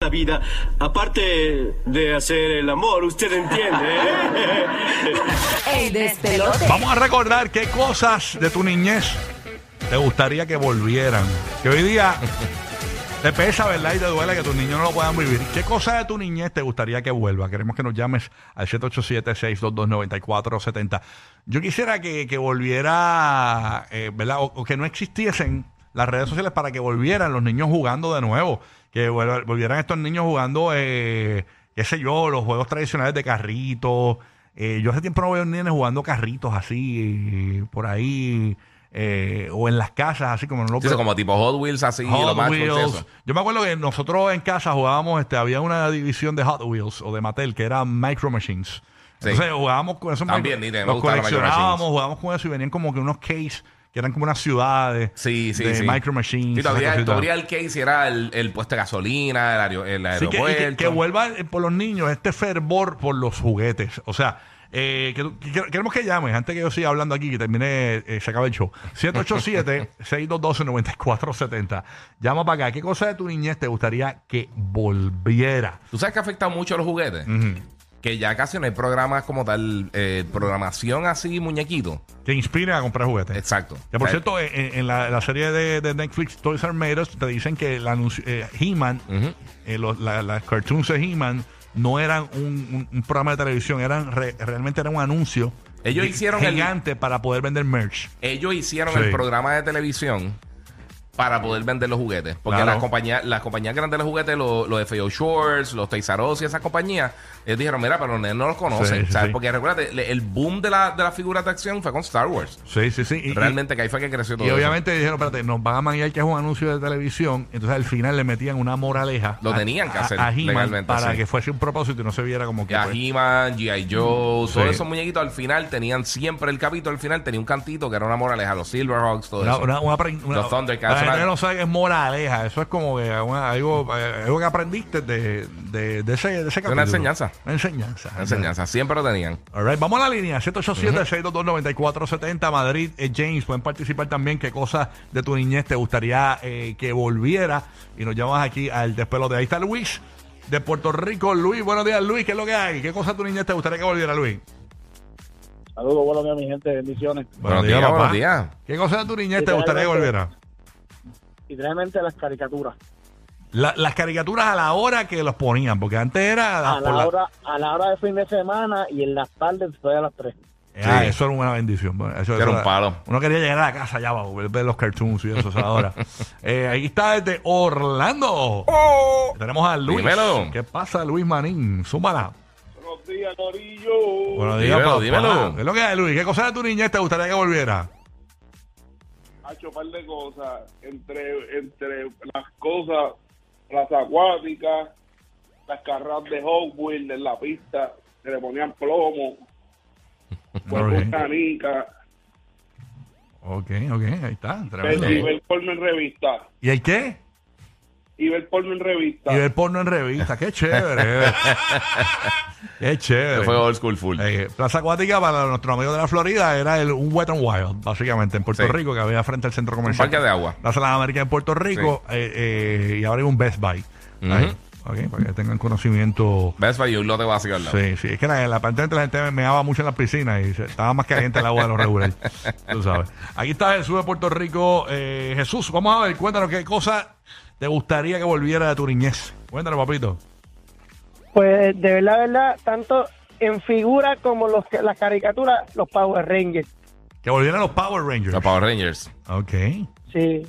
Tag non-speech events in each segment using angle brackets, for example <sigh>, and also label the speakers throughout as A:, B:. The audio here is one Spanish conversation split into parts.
A: esta vida, aparte de hacer el amor, usted entiende. ¿eh?
B: ¡Ey, despelote!
C: Vamos a recordar qué cosas de tu niñez te gustaría que volvieran. Que hoy día te pesa, ¿verdad? Y te duele que tus niños no lo puedan vivir. ¿Qué cosa de tu niñez te gustaría que vuelva? Queremos que nos llames al 787-622-9470. Yo quisiera que, que volviera, eh, ¿verdad? O, o que no existiesen las redes sociales para que volvieran los niños jugando de nuevo. Que vuel- volvieran estos niños jugando, eh, qué sé yo, los juegos tradicionales de carritos. Eh, yo hace tiempo no veo niños jugando carritos así, eh, por ahí, eh, o en las casas, así como no lo
D: Sí, eso como tipo Hot Wheels así,
C: Hot
D: lo más
C: Wheels.
D: eso.
C: Yo me acuerdo que nosotros en casa jugábamos, este, había una división de Hot Wheels o de Mattel que era Micro Machines.
D: Sí.
C: Entonces jugábamos con eso.
D: También, ni te- me
C: los
D: gustaban los Micro
C: coleccionábamos,
D: Machines.
C: jugábamos con eso y venían como que unos case que eran como unas ciudades
D: Sí, sí,
C: de
D: sí.
C: Micro Machines.
D: Sí, todavía,
C: esas cositas.
D: todavía el case era el, el puesto de gasolina, el, aero- el
C: Sí, que, y
D: aeropuerto.
C: que- que vuelva eh, por los niños este fervor por los juguetes. O sea, eh, que tú- que- que- queremos que llames antes que yo siga hablando aquí, que termine, eh, se acabe el show. 787-622-9470. Llama para acá. ¿Qué cosa de tu niñez te gustaría que volviera?
D: ¿Tú sabes que afecta mucho a los juguetes? Que ya casi no hay programas como tal, eh, programación así, muñequito.
C: Que inspire a comprar juguetes.
D: Exacto.
C: Que por
D: O sea,
C: cierto, en, en- en la, la serie de, de Netflix, Toys R Us, te dicen que el anuncio- eh, He-Man, eh, los- la- las cartoons de He-Man, no eran un, un- un programa de televisión, eran re- realmente era un anuncio
D: Ellos
C: gi-
D: hicieron el-
C: gigante para poder vender merch.
D: ellos hicieron
C: Sí.
D: el programa de televisión para poder vender los juguetes. Porque
C: Claro.
D: las compañías las compañías grandes de los juguetes, los, los FAO Shorts, los Teizaros y esas compañías, ellos dijeron, mira, pero los nenes no los conocen.
C: Sí, sí,
D: ¿sabes?
C: sí.
D: Porque recuérdate, le- el boom de la, de la figura de acción fue con Star Wars.
C: Sí, sí, sí. Y,
D: Realmente que ahí fue que creció
C: y-
D: todo.
C: y
D: eso.
C: obviamente dijeron, espérate, nos van a manguear que es un anuncio de televisión. Entonces al final le metían una moraleja.
D: Lo
C: a-
D: tenían que
C: a-
D: hacer
C: a He-Man
D: legalmente,
C: para
D: sí.
C: que fuese un propósito y no se viera como que.
D: Ya
C: pues,
D: He-Man, G.I. Joe,
C: Sí.
D: todos esos muñequitos al final tenían siempre el capítulo, al final tenía un cantito que era una moraleja, los Silverhawks, todo
C: Una,
D: eso.
C: una- una apren- una-
D: Los Thundercats,
C: La gente
D: una-
C: no sabe que es moraleja. Eso es como que una- algo, eh, algo que aprendiste de, de, de ese, de ese capítulo.
D: enseñanza.
C: Una enseñanza.
D: Una enseñanza, siempre lo tenían.
C: All right, vamos a la línea. 787-622-9470. Madrid, eh, James, pueden participar también. ¿Qué cosas de tu niñez te gustaría eh, que volviera? Y nos llamas aquí al despelote. Ahí está Luis de Puerto Rico. Luis, buenos días, Luis. ¿Qué es lo que hay? ¿Qué cosas de tu niñez te gustaría que volviera, Luis?
E: Saludos, buenos días, mi gente, bendiciones.
D: Buenos días, buenos días.
C: ¿Qué cosas de tu niñez
E: Literalmente-
C: te gustaría que volviera?
E: Y realmente las caricaturas.
C: La- las caricaturas a la hora que los ponían, porque antes era
E: A
C: Ah, por
E: la, hora, a la hora de fin de semana y en las tardes después de las 3.
C: Ah,
D: Sí.
C: eso era una bendición. Bueno, eso-
D: Era
C: eso
D: un palo.
C: Uno quería llegar a la casa ya para ver los cartoons y eso
D: <laughs>
C: ahora. ahí está desde Orlando. Tenemos a Luis.
D: Oh. Dímelo.
C: ¿Qué pasa, Luis Manín? Súmala.
E: Buenos días, Corillo.
C: Buenos
D: Dímelo,
C: días, papá.
D: dímelo.
C: ¿Qué es lo que hay, Luis? ¿Qué cosa de tu niñez te gustaría
E: <laughs>
C: que volviera?
F: ha hecho par de cosas entre entre las cosas las acuáticas las carreras de Hot Wheels en la pista se le ponían plomo
C: Muy
F: con
C: bien.
F: canica
C: Ok, ok, ahí está.
F: el-
C: tremendo.
F: y ver porno en revista
C: ¿Y el qué?
F: y ver porno en revista
C: Y ver porno en revista. Qué
D: <laughs>
C: chévere. Qué chévere.
D: Que fue old school full.
C: Eh, Plaza Acuática para nuestros amigos de la Florida era el, un Wet n Wild, básicamente, en Puerto
D: Sí.
C: Rico, que había frente al centro
D: Un
C: comercial.
D: parque de agua.
C: Plaza Las Américas en Puerto Rico eh, eh, y ahora hay un Best Buy.
D: Ujú.
C: Ahí. Ok, para que tengan conocimiento.
D: Best Buy y un lote vacío al lado.
C: Sí, sí, es que la, la parte de la gente me meaba mucho en las piscinas y se- estaba más caliente el agua de los
D: <laughs>
C: regular. Tú sabes. Aquí está Jesús de Puerto Rico. Eh, Jesús, vamos a ver, cuéntanos qué cosa te gustaría que volviera de tu niñez. Cuéntanos, papito.
G: Pues de verdad, verdad, tanto en figura como los que- las caricaturas, los Power Rangers.
C: Que volvieran los Power Rangers.
D: Los Power Rangers.
C: ok.
G: Sí.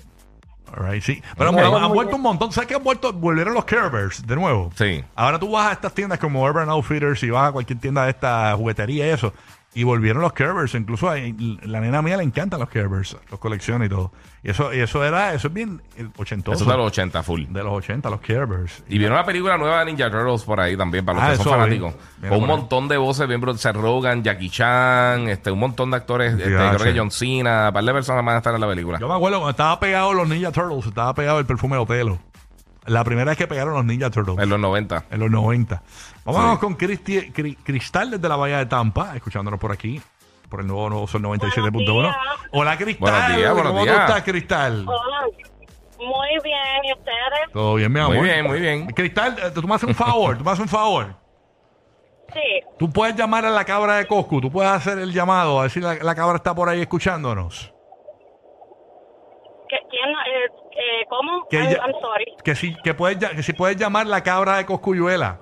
C: All right, sí. Pero
D: Ok.
C: han- han,
G: Muy
C: vuelto
G: bien.
C: un montón. ¿Sabes qué han vuelto? Volvieron los Care Bears de nuevo.
D: Sí.
C: Ahora tú vas a estas tiendas como Urban Outfitters y vas a cualquier tienda de esta juguetería y eso. Y volvieron los Care Bears. Incluso hay- la nena mía le encantan los Care Bears, los colecciona y todo. Y eso, y eso era, eso es bien eh, ochentoso.
D: Eso es de los 80 full.
C: de los 80, los Care Bears.
D: Y vieron la película nueva de Ninja Turtles por ahí también, para los
C: Ah,
D: que
C: eso
D: son
C: la vi.
D: fanáticos.
C: Mira
D: Con un
C: por ahí.
D: montón de voces, bien bro- Seth Rogen, Jackie Chan, este, un montón de actores, este,
C: Ya,
D: creo
C: sí.
D: que John Cena, un par de personas van a estar en la película.
C: Yo me acuerdo cuando estaba pegado los Ninja Turtles, estaba pegado el perfume de Otelo. La primera vez que pegaron los Ninja Turtles.
D: En los 90.
C: en los 90. Vámonos
D: Sí.
C: con Cristi- Cri- Cristal desde la Bahía de Tampa, escuchándonos por aquí, por el nuevo, nuevo Sol 97.1. Hola Cristal,
D: Buenos días, buenos
C: ¿cómo tú
D: días.
C: estás Cristal?
B: Muy bien, ¿y ustedes?
C: Todo bien, mi amor.
D: Muy bien, muy bien.
C: Cristal, eh, tú me haces un favor, tú me haces un favor.
B: Sí.
C: Tú puedes llamar a la cabra de Coscu, tú puedes hacer el llamado, a ver si la, la cabra está por ahí escuchándonos.
B: ¿Qué- ¿Quién? eh, eh, ¿Cómo?
C: Que Eh,
B: I'm,
C: ella-
B: I'm sorry.
C: Que si, que puedes, ll- que si puedes llamar la cabra de Coscuyuela.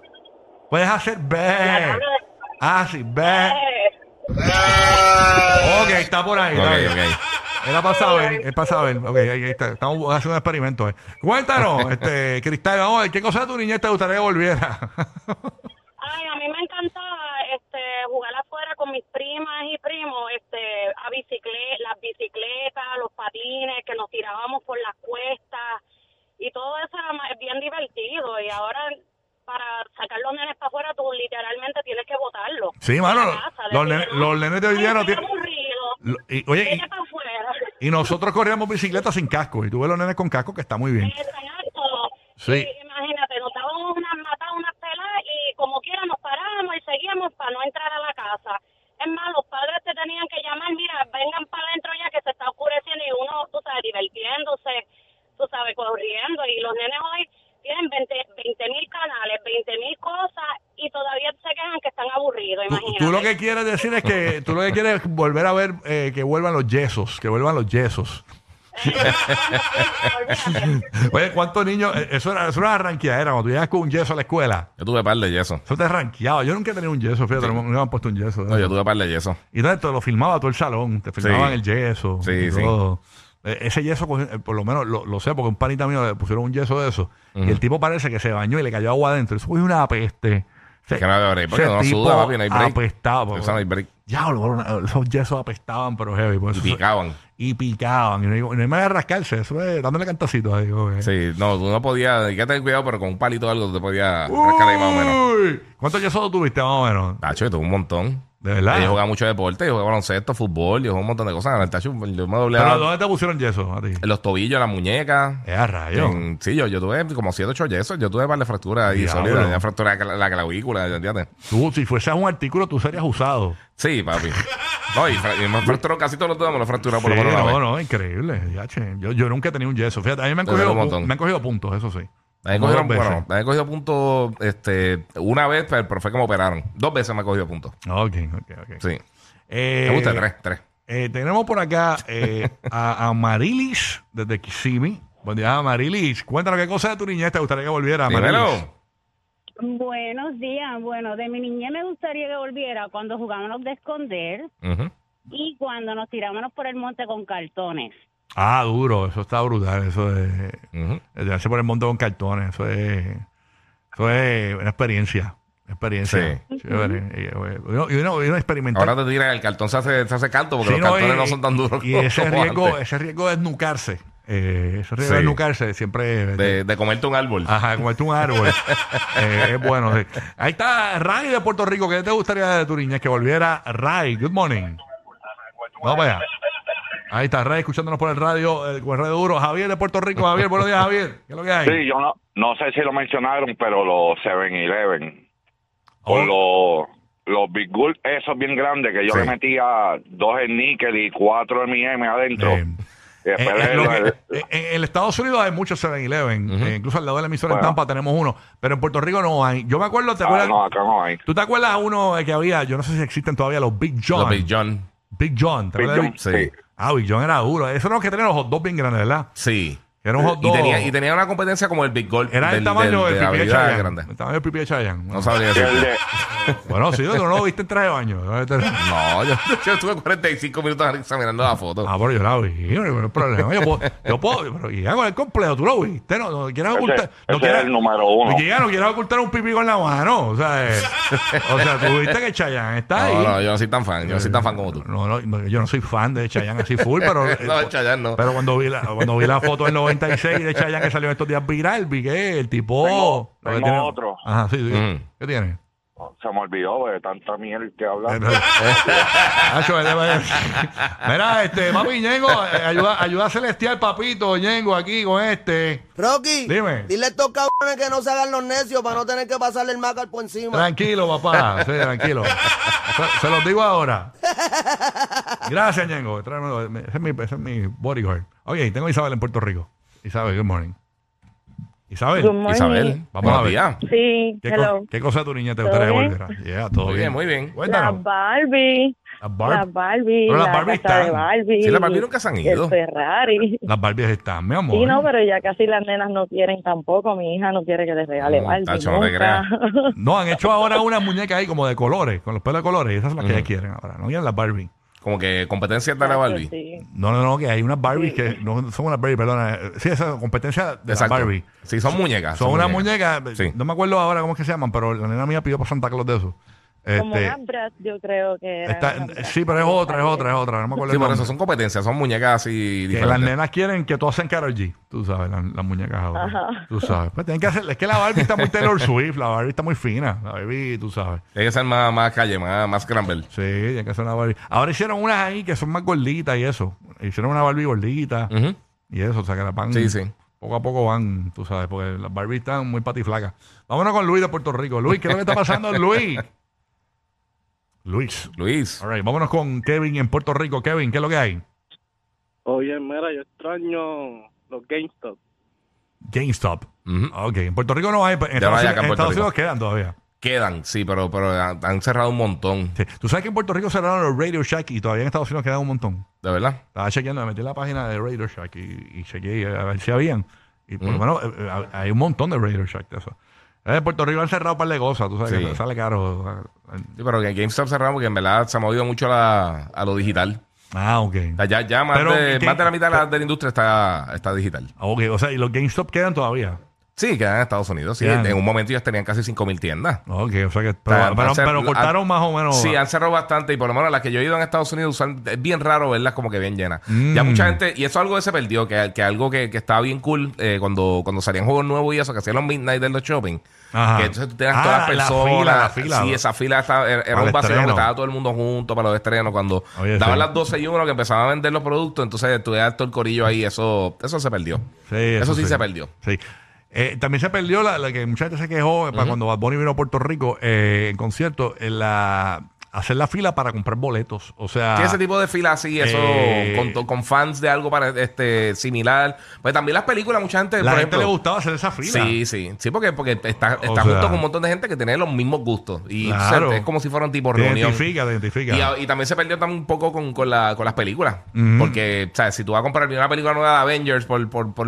C: Puedes hacer
B: La
C: ve.
B: cabra de-
C: Ah, sí, ve.
B: Eh,
C: Ok, está por ahí.
D: Ok,
C: está bien.
D: ok.
C: Era para saber, es para saber. Ok, ahí está. Estamos haciendo un experimento. eh. <laughs> Cuéntanos, este, Cristal, vamos a ver, ¿qué cosa de tu niñez te gustaría que volviera?
B: Ay, a mí me encantaba este, jugar afuera con mis primas y primos, este, a bicicleta, las bicicletas, los patines, que nos tirábamos por las cuestas y todo eso era ma- bien divertido. Y ahora para sacar los nenes para afuera, tú literalmente tienes que botarlos.
C: Sí, mano, los nenes- los nenes de hoy día no tienen-
B: tienen.
C: Lo- y- oye, y-
B: Vete para afuera.
C: Y nosotros corríamos bicicleta sin casco. Y tuve los nenes con casco, que está muy bien.
B: Exacto.
C: Sí.
B: Y Eh, imagínate, nos dábamos unas matas, unas pelas y como quiera nos parábamos y seguíamos para no entrar a la casa. Es más, los padres te tenían que llamar, mira, vengan para adentro ya que se está oscureciendo y uno, tú sabes, divirtiéndose, tú sabes, corriendo. Y los nenes hoy tienen 20 mil canales, 20 mil cosas y todavía se quejan que están aburridos,
C: Tú,
B: imagínate.
C: tú lo que quieres decir es que tú lo que quieres es volver a ver eh, que vuelvan los yesos, que vuelvan los yesos. <laughs>
B: Olvídate.
C: Oye, ¿cuántos niños? eh, Eso era, eso era una ranqueadera, cuando tú llegas con un yeso a la escuela.
D: Yo tuve par de yeso.
C: Eso te ranqueaba. Yo nunca he tenido un yeso, fíjate, no, me- no me han puesto un yeso.
D: No, yo tuve par de yeso.
C: Y entonces te lo filmaba todo el salón, te filmaban
D: Sí.
C: el yeso.
D: Sí,
C: y
D: sí.
C: todo. Eh, Ese yeso, cogió- eh, por lo menos lo, lo sé, porque un panita mío le pusieron un yeso de eso. Y el tipo parece que se bañó y le cayó agua adentro. Eso fue una peste. Se-
D: Que no había break, porque
C: ese
D: no
C: tipo
D: suda, papi, no hay break.
C: Apestaba.
D: Eso no hay break.
C: Diablo, bro, no, eh, esos yesos apestaban, pero heavy. por
D: Y
C: eso-
D: picaban.
C: y picaban. Y no, hay- no hay manera de rascarse. Eso es dándole cantacito ahí. ok.
D: Sí, no, tú no podías, hay que tener cuidado, pero con un palito o algo tú te podías
C: Uh.
D: rascar ahí más o menos.
C: Uy, ¿Cuántos yesos tú tuviste más o menos?
D: Tacho, yo tuve un montón.
C: ¿De verdad?
D: Yo jugaba mucho deporte, yo jugaba baloncesto, fútbol, yo jugaba un montón de cosas. El tacho, yo me
C: ¿Pero
D: doblaba
C: dónde te pusieron yeso a ti?
D: en los tobillos, las muñecas.
C: Eh, a rayos.
D: En- sí, yo, yo tuve como 7, 8 yesos. Yo tuve un par de fracturas ahí
C: Diablo.
D: sólidas. Una fractura de la, la clavícula, ¿entiendes?
C: Tú, si fueses un artículo, tú serías usado. <laughs>
D: Sí, papi. No, y, fra- y me fracturó casi todos los dedos, me lo fracturó por lo
C: Sí,
D: menos una
C: no,
D: vez.
C: no, increíble. ya, che. Yo, yo nunca he tenido un yeso. Fíjate, a mí me han,
D: Yo tengo
C: cogido,
D: un
C: pu-
D: montón.
C: me han cogido puntos, eso sí.
D: A mí
C: Como
D: cogieron,
C: dos veces.
D: bueno, me he cogido puntos este, una vez, pero, pero fue que me operaron. Dos veces me he cogido puntos.
C: Ok, ok, ok.
D: Sí.
C: Eh,
D: me gusta tres, tres.
C: eh, tenemos por acá
D: <laughs>
C: eh, a, a Marilis desde Kissimmee. Buen día, Marilis. Cuéntanos qué cosa de tu niñez te gustaría que volviera, Marilis.
D: Dímelo.
H: Buenos días. Bueno, de mi niñez me gustaría que volviera cuando jugábamos de esconder
D: Ujú.
H: y cuando nos tirábamos por el monte con cartones.
C: Ah, duro. Eso está brutal. Eso de,
D: Ujú.
C: de darse por el monte con cartones. Eso es, eso es una experiencia. una Experiencia. Chévere. Y, eh, y uno, y uno- y uno experimentar
D: Ahora te tiran el cartón, se hace, se hace canto porque
C: Sí,
D: los
C: no,
D: cartones
C: y-
D: no son tan duros
C: Y ese
D: como
C: riesgo,
D: antes.
C: ese riesgo de desnucarse. eh, ese riesgo
D: Sí.
C: de desnucarse siempre.
D: de, de comerte un árbol.
C: Ajá, como es un
D: <laughs>
C: árbol. Eh, es bueno. sí. Ahí está Ray de Puerto Rico. ¿Qué te gustaría de tu niñez que volviera? Ray, good morning. Vamos allá. Ahí está Ray escuchándonos por el radio, eh, con el radio duro. Javier de Puerto Rico. Javier, buenos días, Javier. ¿Qué es lo que hay?
I: Sí, yo no, no sé si lo mencionaron, pero los 7-Eleven,
C: Oh,
I: o los, los Big Gulp, esos bien grandes, que yo
D: Sí.
I: le metía dos en níquel y cuatro M&M adentro.
C: eh,
I: Y después
C: en, en
I: el-
C: lo que-
I: el-
C: en- en el Estados Unidos hay muchos 7-Eleven. Eh, incluso al lado de la emisora
I: Bueno.
C: en Tampa tenemos uno. Pero en Puerto Rico no hay. Yo me acuerdo, ¿te
I: ah,
C: acuerdas?
I: no, acá no hay.
C: ¿Tú te acuerdas uno que había? Yo no sé si existen todavía los Big John.
D: Los Big John.
C: Big John, ¿te
I: Big
C: acuerdas de
I: John,
C: Big-
D: Sí.
I: sí.
C: Ah, Big John era duro. Eso era los que tenían los hot dogs bien grandes, ¿verdad?
D: Sí.
C: Que era un hot
D: Eh, Y
C: dog.
D: tenía, y tenía una competencia como el Big Gold.
C: era el
D: del-
C: tamaño del,
D: de la
C: pipí de
D: vida
C: Chayanne.
D: grande.
C: El tamaño del pipí de Chayanne.
D: No sabría
I: Y el
D: decir.
I: de-
C: Bueno, sí, tú no lo viste en traje de baño. Ah,
D: No, yo, <laughs> yo estuve 45 minutos examinando la foto.
C: Ah, pero yo la vi. No hay problema. Yo puedo. Yo puedo pero y hago el complejo. Tú lo viste. No, no quieras
I: Ese-
C: ocultar. no
I: ese era el número uno.
C: Oye, ya no quieras ocultar un pipí con la mano. O sea, eh, o sea tú viste que Chayanne está ahí.
D: No, no, yo no soy tan fan. Yo no soy tan fan como tú.
C: No, no, yo no soy fan de Chayanne así full, <laughs> pero,
D: <laughs> No, de Chayanne no.
C: pero cuando vi la, cuando vi la foto del 96 de Chayanne que salió estos días viral, vi que el tipo
I: Tengo-
C: lo que
I: tengo otro.
C: Ajá, sí, sí.
D: Mm.
C: ¿Qué tiene?
I: se me olvidó de tanta miel que hablan.
C: <laughs> Nacho, vete, vete. Mira, este, papi Ñengo, eh, ayuda, ayuda a Celestial, papito, Ñengo, aquí con este.
J: Rocky,
C: Dime.
J: dile a estos cabrones que no se hagan los necios para no tener que pasarle el macar por encima.
C: Tranquilo, papá. Sí, tranquilo. Se, se los digo ahora. Gracias, Ñengo. Tráemelo. Ese es mi, ese es mi bodyguard. Oye, tengo a Isabel en Puerto Rico. Isabel, good morning. Pues, Isabel.
K: Good morning.
D: Isabel,
C: Vamos a
D: buenos
C: ver.
D: días.
K: Sí,
C: ¿Qué,
K: hello.
C: co- qué cosa de tu niña te
K: ¿Todo
C: gustaría
K: bien?
C: volver? Yeah, todo
D: Muy
C: bien.
D: bien, muy bien.
K: La
C: Cuéntanos.
K: Barbie.
C: Las
K: La
C: Barb-
K: Barbie.
C: Pero las
K: la
C: Barbie
K: casa de
C: están.
K: Barbie.
D: Sí, las Barbie nunca se han ido.
K: El Ferrari.
C: Las Barbies están, mi amor.
K: Sí, no, pero ya casi las nenas no quieren tampoco. Mi hija no quiere que les regale Barbie.
D: tacho, no te
K: nunca.
C: No, han hecho ahora unas muñecas ahí como de colores, con los pelos de colores. Esas son las que
D: Ujú.
C: ellas quieren ahora. No quieren las Barbie.
D: Como que competencia de la Barbie.
K: <laughs> Sí.
C: No, no, no, que hay unas Barbies que no son unas Barbie, perdona. eh, Sí, esa competencia de las
D: Exacto.
C: Barbie.
D: Sí, son muñecas.
C: Son unas muñecas,
D: Sí.
C: no me acuerdo ahora cómo es que se llaman, pero la nena mía pidió para Santa Claus de eso.
K: Como
C: Este,
K: unas Bratz, yo creo que eran
C: está-
K: unas Bratz.
C: sí, pero es otra, es otra, es otra. No me acuerdo
D: Sí,
C: el
D: por
C: nombre.
D: eso son competencias, son muñecas así
C: Que las
D: diferentes.
C: nenas quieren que todas sean Karol G. Tú sabes, las, las muñecas ahora.
K: Ajá.
C: Tú sabes. Pues tienen que hacer, es que la Barbie está muy Taylor Swift, la Barbie está muy fina. La Barbie, tú sabes.
D: Tiene que ser más, más calle, más, más Scramble.
C: Sí, tienen que hacer una Barbie. Ahora hicieron unas ahí que son más gorditas y eso. Hicieron una Barbie gordita
D: Ujú.
C: y eso. O sea, que las van.
D: Sí, sí.
C: Poco a poco van, tú sabes, porque las Barbie están muy patiflacas. Vámonos con Luis de Puerto Rico. Luis, ¿qué es lo que está pasando, Luis? Luis.
D: Luis.
C: All right, vámonos con Kevin en Puerto Rico. Kevin, ¿qué es lo que hay?
E: Oye, mira, yo extraño los GameStop.
C: GameStop.
D: Ujú.
C: Ah, Ok, en Puerto Rico no hay, pero en
D: Ya no
C: Estados,
D: hay
C: Unidos-
D: acá en
C: en
D: Puerto
C: Estados
D: Rico.
C: Unidos quedan todavía.
D: Quedan, sí, pero, pero han, han cerrado un montón.
C: Sí. Tú sabes que en Puerto Rico cerraron los Radio Shack y todavía en Estados Unidos quedan un montón.
D: ¿De verdad?
C: Estaba chequeando, me metí en la página de Radio Shack y, y chequeé a ver si habían. Y por lo menos eh, eh, ha- hay un montón de Radio Shack de eso. En Puerto Rico han cerrado un par de cosas, tú sabes
D: Sí.
C: que te sale caro. ah,
D: Sí, pero que GameStop cerrado porque en verdad se ha movido mucho la- a lo digital.
C: Ah, ok.
D: O sea, ya, ya más,
C: Pero,
D: de,
C: ¿qué-
D: más de la mitad de la, de la industria está, está digital.
C: Ah, ok, o sea, y los GameStop quedan todavía.
D: Sí, quedan en Estados Unidos. Sí,
C: Quedan.
D: en un momento ellos tenían casi 5.000 tiendas.
C: Ok, o sea que. Pero,
D: O sea,
C: pero-
D: han cer-
C: pero cortaron
D: han-
C: más o menos.
D: Sí, han cerrado bastante y por lo menos las que yo he ido en Estados Unidos usan- es bien raro verlas como que bien llenas.
C: Mm.
D: Ya mucha gente, y eso algo que se perdió, que, que algo que, que estaba bien cool eh, cuando, cuando salían juegos nuevos y eso, que hacían los midnight de los shopping.
C: Ajá.
D: Que entonces tú tenías
C: Ah,
D: todas las
C: la
D: personas.
C: fila, la fila.
D: Sí, esa fila estaba, era, era
C: Para el
D: un vacilón
C: estreno.
D: que estaba todo el mundo junto para los estrenos. Cuando
C: Oye,
D: daban
C: sí.
D: las 12 y 1 que empezaban a vender los productos, entonces tú veías todo el corillo ahí, eso, eso se perdió.
C: Sí,
D: Eso sí se perdió.
C: Sí. Eh, también se perdió la, la que mucha gente se quejó eh, para cuando Bad Bunny vino a Puerto Rico eh, en concierto, en la, hacer la fila para comprar boletos. O sea,
D: Sí, ese tipo de fila así, eso,
C: Ah. Eh.
D: con, to- con fans de algo para este similar. Pues también las películas, mucha gente,
C: la
D: por
C: gente
D: ejemplo.
C: le gustaba hacer esa fila.
D: Sí, sí, sí, porque, porque está,
C: O sea.
D: está junto con un montón de gente que tiene los mismos gustos. Y o sea,
C: Claro.
D: es como si fueran tipo
C: Te
D: reunión.
C: identifica, te identifica.
D: Y, a- y también se perdió también un poco con, con, la- con las películas.
C: Ujú.
D: Porque, o sea, si tú vas a comprar una película nueva de Avengers, por, por, por,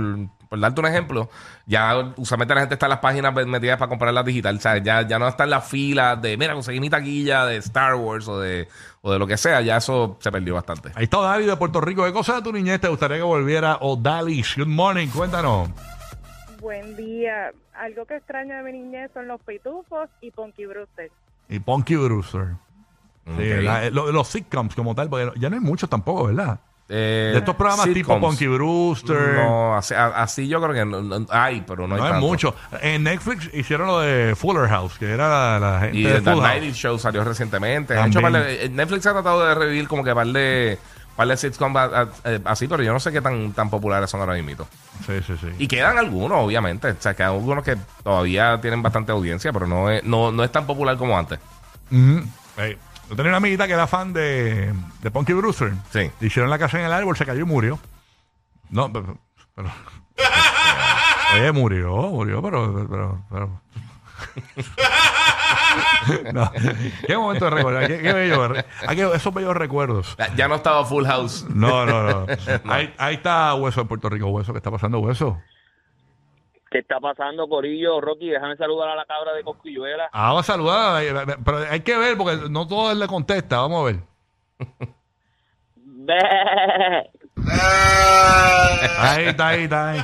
D: por darte un ejemplo, ya usualmente la gente está en las páginas metidas para comprarlas digital. O sea, ya, ya no está en las filas de, mira, conseguí mi taquilla de Star Wars o de, o de lo que sea. Ya eso se perdió bastante.
C: Ahí está Dali de Puerto Rico. ¿Qué cosa de tu niñez te gustaría que volviera? O Dali, good morning, cuéntanos.
L: Buen día. Algo que extraño de mi niñez son los pitufos y Punky Brewster.
C: Y Punky Brewster. Sí,
D: Ok.
C: ¿verdad? Eh, lo- los sitcoms como tal, porque ya no hay muchos tampoco, ¿verdad?
D: Eh,
C: De estos programas tipo
D: sitcoms.
C: Punky Brewster.
D: No, así, a- así yo creo que no, no- hay, pero
C: No
D: no hay,
C: hay
D: tanto.
C: mucho. En Netflix hicieron lo de Fuller House, que era la, la gente
D: Y
C: de
D: el
C: Full House.
D: 90 Show salió recientemente.
C: También.
D: Han hecho par de- eh, Netflix ha tratado de revivir como que par de, par de sitcoms a- a- eh, así, pero yo no sé qué tan, tan populares son ahora mismo.
C: Sí, sí, sí.
D: Y quedan algunos, obviamente. O sea, quedan algunos que todavía tienen bastante audiencia, pero no es, no, no es tan popular como antes.
C: Ujú. Ey, Yo tenía una amiguita que era fan de, de Punky Brewster.
D: Sí.
C: Le hicieron la casa en el árbol, se cayó y murió. No, pero. pero- <laughs> Oye, murió, murió, pero. pero, pero- <laughs> No, Qué momento de recordar, qué, qué bello, re- ah, qué- esos bellos recuerdos.
D: Ya- Ya no estaba Full House.
C: No, no, no. Ahí, ahí está Hueso de Puerto Rico, Hueso, ¿qué está pasando, Hueso?
E: ¿Qué está pasando, Corillo? Rocky, déjame saludar a la cabra de Cosquilluela.
C: Ah, va a saludar, eh, eh, pero hay que ver porque no todo él le contesta, vamos a <laughs> ver. Ahí está, ahí está. ahí.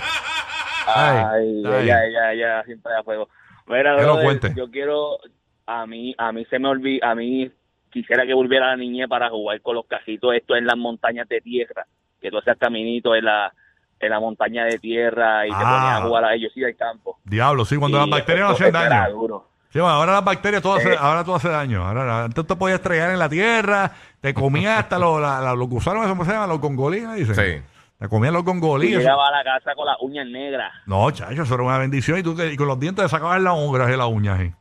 E: Ay,
C: Ay, ay.
E: ya, ya, ya, siempre a fuego. Mira,
C: Que lo
E: brother,
C: cuente.
E: yo quiero, a mí, a mí se me olvida, a mí quisiera que volviera la niñez para jugar con los cajitos, esto en las montañas de tierra, que tú hacías caminito en la, en la montaña de tierra y te
C: Ah.
E: ponías a jugar a ellos, sí, al campo.
C: Diablo, sí, cuando
E: Y
C: las bacterias no
E: esto-
C: hacían
E: esto era
C: daño.
E: duro.
C: Sí, bueno, ahora las bacterias, todo hace-
E: Eh.
C: ahora todo hace daño. Ahora, antes te podías estrellar en la tierra, te comías hasta los, la- la- los gusanos, eso ¿cómo se llama, los gongolíes, dicen.
D: Sí.
C: Te comías los
E: Y
C: gongolíes.
E: llegaba a la casa con las uñas negras.
C: No, chacho, eso era una bendición. Y tú te- y con los dientes te sacabas la hongra y la uña. Sí,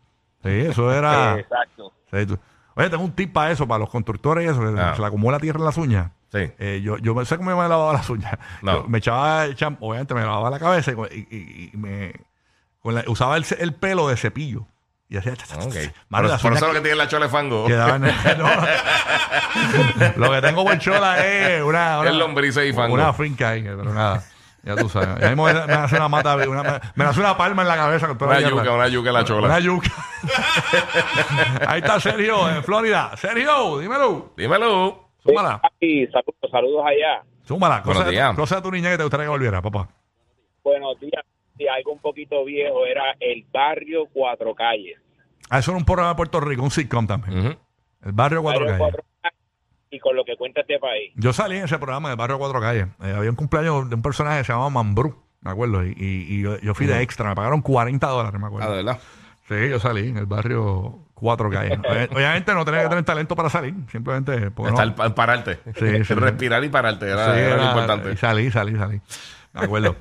C: Sí, eso era. <laughs>
E: Exacto.
C: sí, tú- Oye, tengo un tip para eso, para los constructores y eso, que
D: Ah.
C: se le acumula tierra en las uñas.
D: Sí.
C: Eh, yo, yo pensé que me había lavado las uñas.
D: <laughs> No.
C: Yo me echaba el champú, obviamente me lavaba la cabeza y, y- y- y me con la- usaba el, ce- el pelo de cepillo. Y hacía. cha, cha, cha,
D: Ok.
C: cha. Mano,
D: Por,
C: las
D: por
C: uñas
D: eso lo
C: que-
D: que tiene la chola de fango.
C: quedaban-
D: <laughs>
C: <laughs> no. Lo que tengo por chola es una. una
D: Es lombrices y fango.
C: Una finca ahí, pero nada. Ya tú sabes. Y ahí me, me hace una mata, una- me hace una palma en la cabeza con toda
D: Una
C: la
D: yuca,
C: guerra.
D: una yuca la chola.
C: Una yuca. <laughs> Ahí está Sergio, en Florida. Sergio, dímelo.
D: Dímelo.
C: Súmala.
M: Y saludos, saludos allá.
C: Súmala. Cosa
D: Buenos
C: de,
D: días.
C: tu- cosa de tu niña que te gustaría que volviera, papá.
M: Buenos días. Sí, algo un poquito viejo era el barrio Cuatro Calles.
C: Ah, eso era un programa de Puerto Rico, un sitcom también. El barrio Cuatro
M: Barrio
C: Calles.
M: Cuatro Calles y con lo que cuenta este país.
C: Yo salí en ese programa del barrio Cuatro Calles. Eh, había un cumpleaños de un personaje que se llamaba Mambrú, me acuerdo. Y, y- y yo, yo fui de
D: Ujú.
C: extra, me pagaron 40 dólares, me
D: Ah, de
C: acuerdo.
D: verdad.
C: Sí, yo salí en el barrio Cuatro
D: <laughs>
C: Calles. Obvi- Obviamente no tenía que tener talento para salir, simplemente. porque no-
D: Está el, el pararte.
C: Sí, sí.
D: Respirar y pararte era,
C: Sí,
D: era lo
C: era-
D: importante.
C: y salí, salí, salí. Me acuerdo.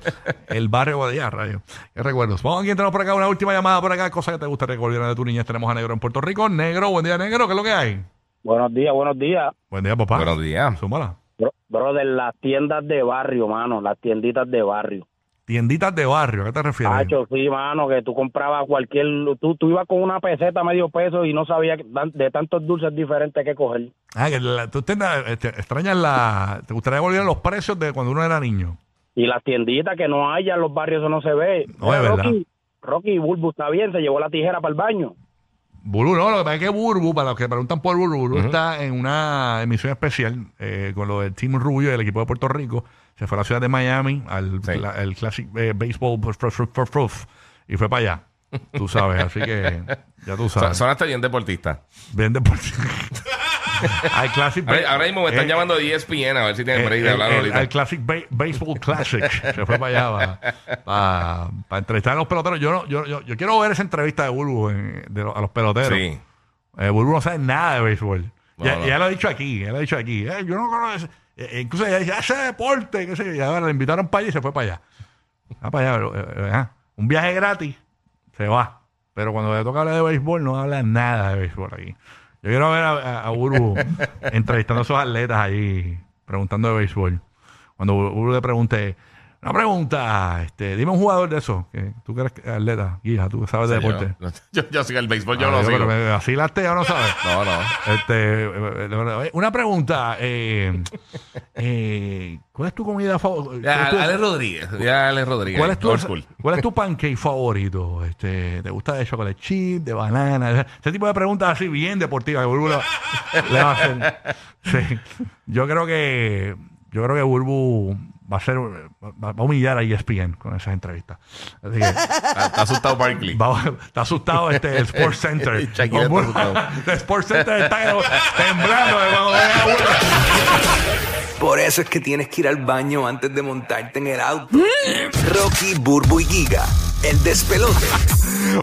C: el barrio Guadalajara, radio. Qué recuerdos. Vamos aquí, tenemos por acá una última llamada por acá. Cosa que te gusta recordar de tu niñez. Tenemos a Negro en Puerto Rico. Negro, buen día, Negro. ¿Qué es lo que hay?
N: Buenos días, buenos días.
C: Buen día, papá.
D: Buenos días.
C: Súmala.
N: Bro, brother, las tiendas de barrio, mano, las tienditas de barrio.
C: Tienditas de barrio, ¿a qué te refieres?
N: Hacho, sí, mano, que tú comprabas cualquier... Tú, tú ibas con una peseta a medio peso y no sabías tan- de tantos dulces diferentes que coger.
C: Ah, que la- tú te, te extrañas la... Te gustaría volver a los precios de cuando uno era niño.
N: Y las tienditas que no hay en los barrios, eso no se ve.
C: No, es verdad.
N: Rocky, Rocky Bulbu está bien, se llevó la tijera para el baño.
C: Burbu, no, lo que pasa es que Burbu, para los que preguntan por Burbu, Burbu está en una emisión especial eh, con lo del Team Rubio del equipo de Puerto Rico. Se fue a la ciudad de Miami al la- el Classic eh, Baseball Pro- Pro- Pro- Pro- Pro- y fue para allá. Tú sabes, así que ya
D: <laughs>
C: tú
D: Son-
C: sabes.
D: Son hasta bien deportistas.
C: Vende por <laughs> Al Classic
D: Ahora, ahora mismo me están
C: eh,
D: llamando de E ESPN a ver si tienen
C: eh,
D: break de
C: el-
D: hablar
C: el-
D: ahorita.
C: al Classic Ba- Baseball Classic. Se fue para allá para, para, para entrevistar a los peloteros. Yo, no- yo, yo, yo quiero ver esa entrevista de Burbu en- de lo- a los peloteros.
D: Sí.
C: Eh, Burbu no sabe nada de béisbol.
D: No,
C: ya,
D: no.
C: ya lo ha dicho aquí, ya lo ha dicho aquí. Eh, yo no conozco. eh, eh, incluso ya dice, "Ah, ese deporte, qué sé yo. Y ahora le invitaron para allá y se fue para allá. Ah, para allá. pero, eh, eh, ah, un viaje gratis, se va. Pero cuando le toca hablar de béisbol, no habla nada de béisbol aquí. Yo quiero ver a, a- a
D: <laughs>
C: Burbu entrevistando a esos atletas ahí, preguntando de béisbol. Cuando Burbu le pregunte, una pregunta, este, dime un jugador de esos, que tú que eres atleta, guía, tú que sabes de
D: Sí, yo-
C: deporte.
D: Yo, yo, sigo el béisbol, yo
C: Ah,
D: no
C: yo, pero
D: sigo.
C: me- Así la tea, no sabes.
D: No, no.
C: Este, eh, eh, una pregunta. eh, eh, ¿Cuál es tu comida favorita?
D: Ya, Ale Rodríguez. Ya, Ale Rodríguez.
C: ¿Cuál es tu,
D: Ah, Old school.
C: cuál es tu pancake favorito? Este, ¿Te gusta de chocolate chip, de banana? Ese tipo de preguntas así bien deportivas que Burbu le- le va a hacer. Sí. Yo creo que yo creo que Burbu va a ser va, va a humillar a E ESPN con esas entrevistas. Así que-
D: Está está asustado Barkley.
C: Va- está asustado este el
D: <laughs>
C: Sports Center.
D: Shakira está
C: Con-
D: asustado.
C: <laughs> el Sports Center está temblando de cuando vea a Burbu.
O: Por eso es que tienes que ir al baño antes de montarte en el auto. Rocky, Burbu y Giga, el despelote.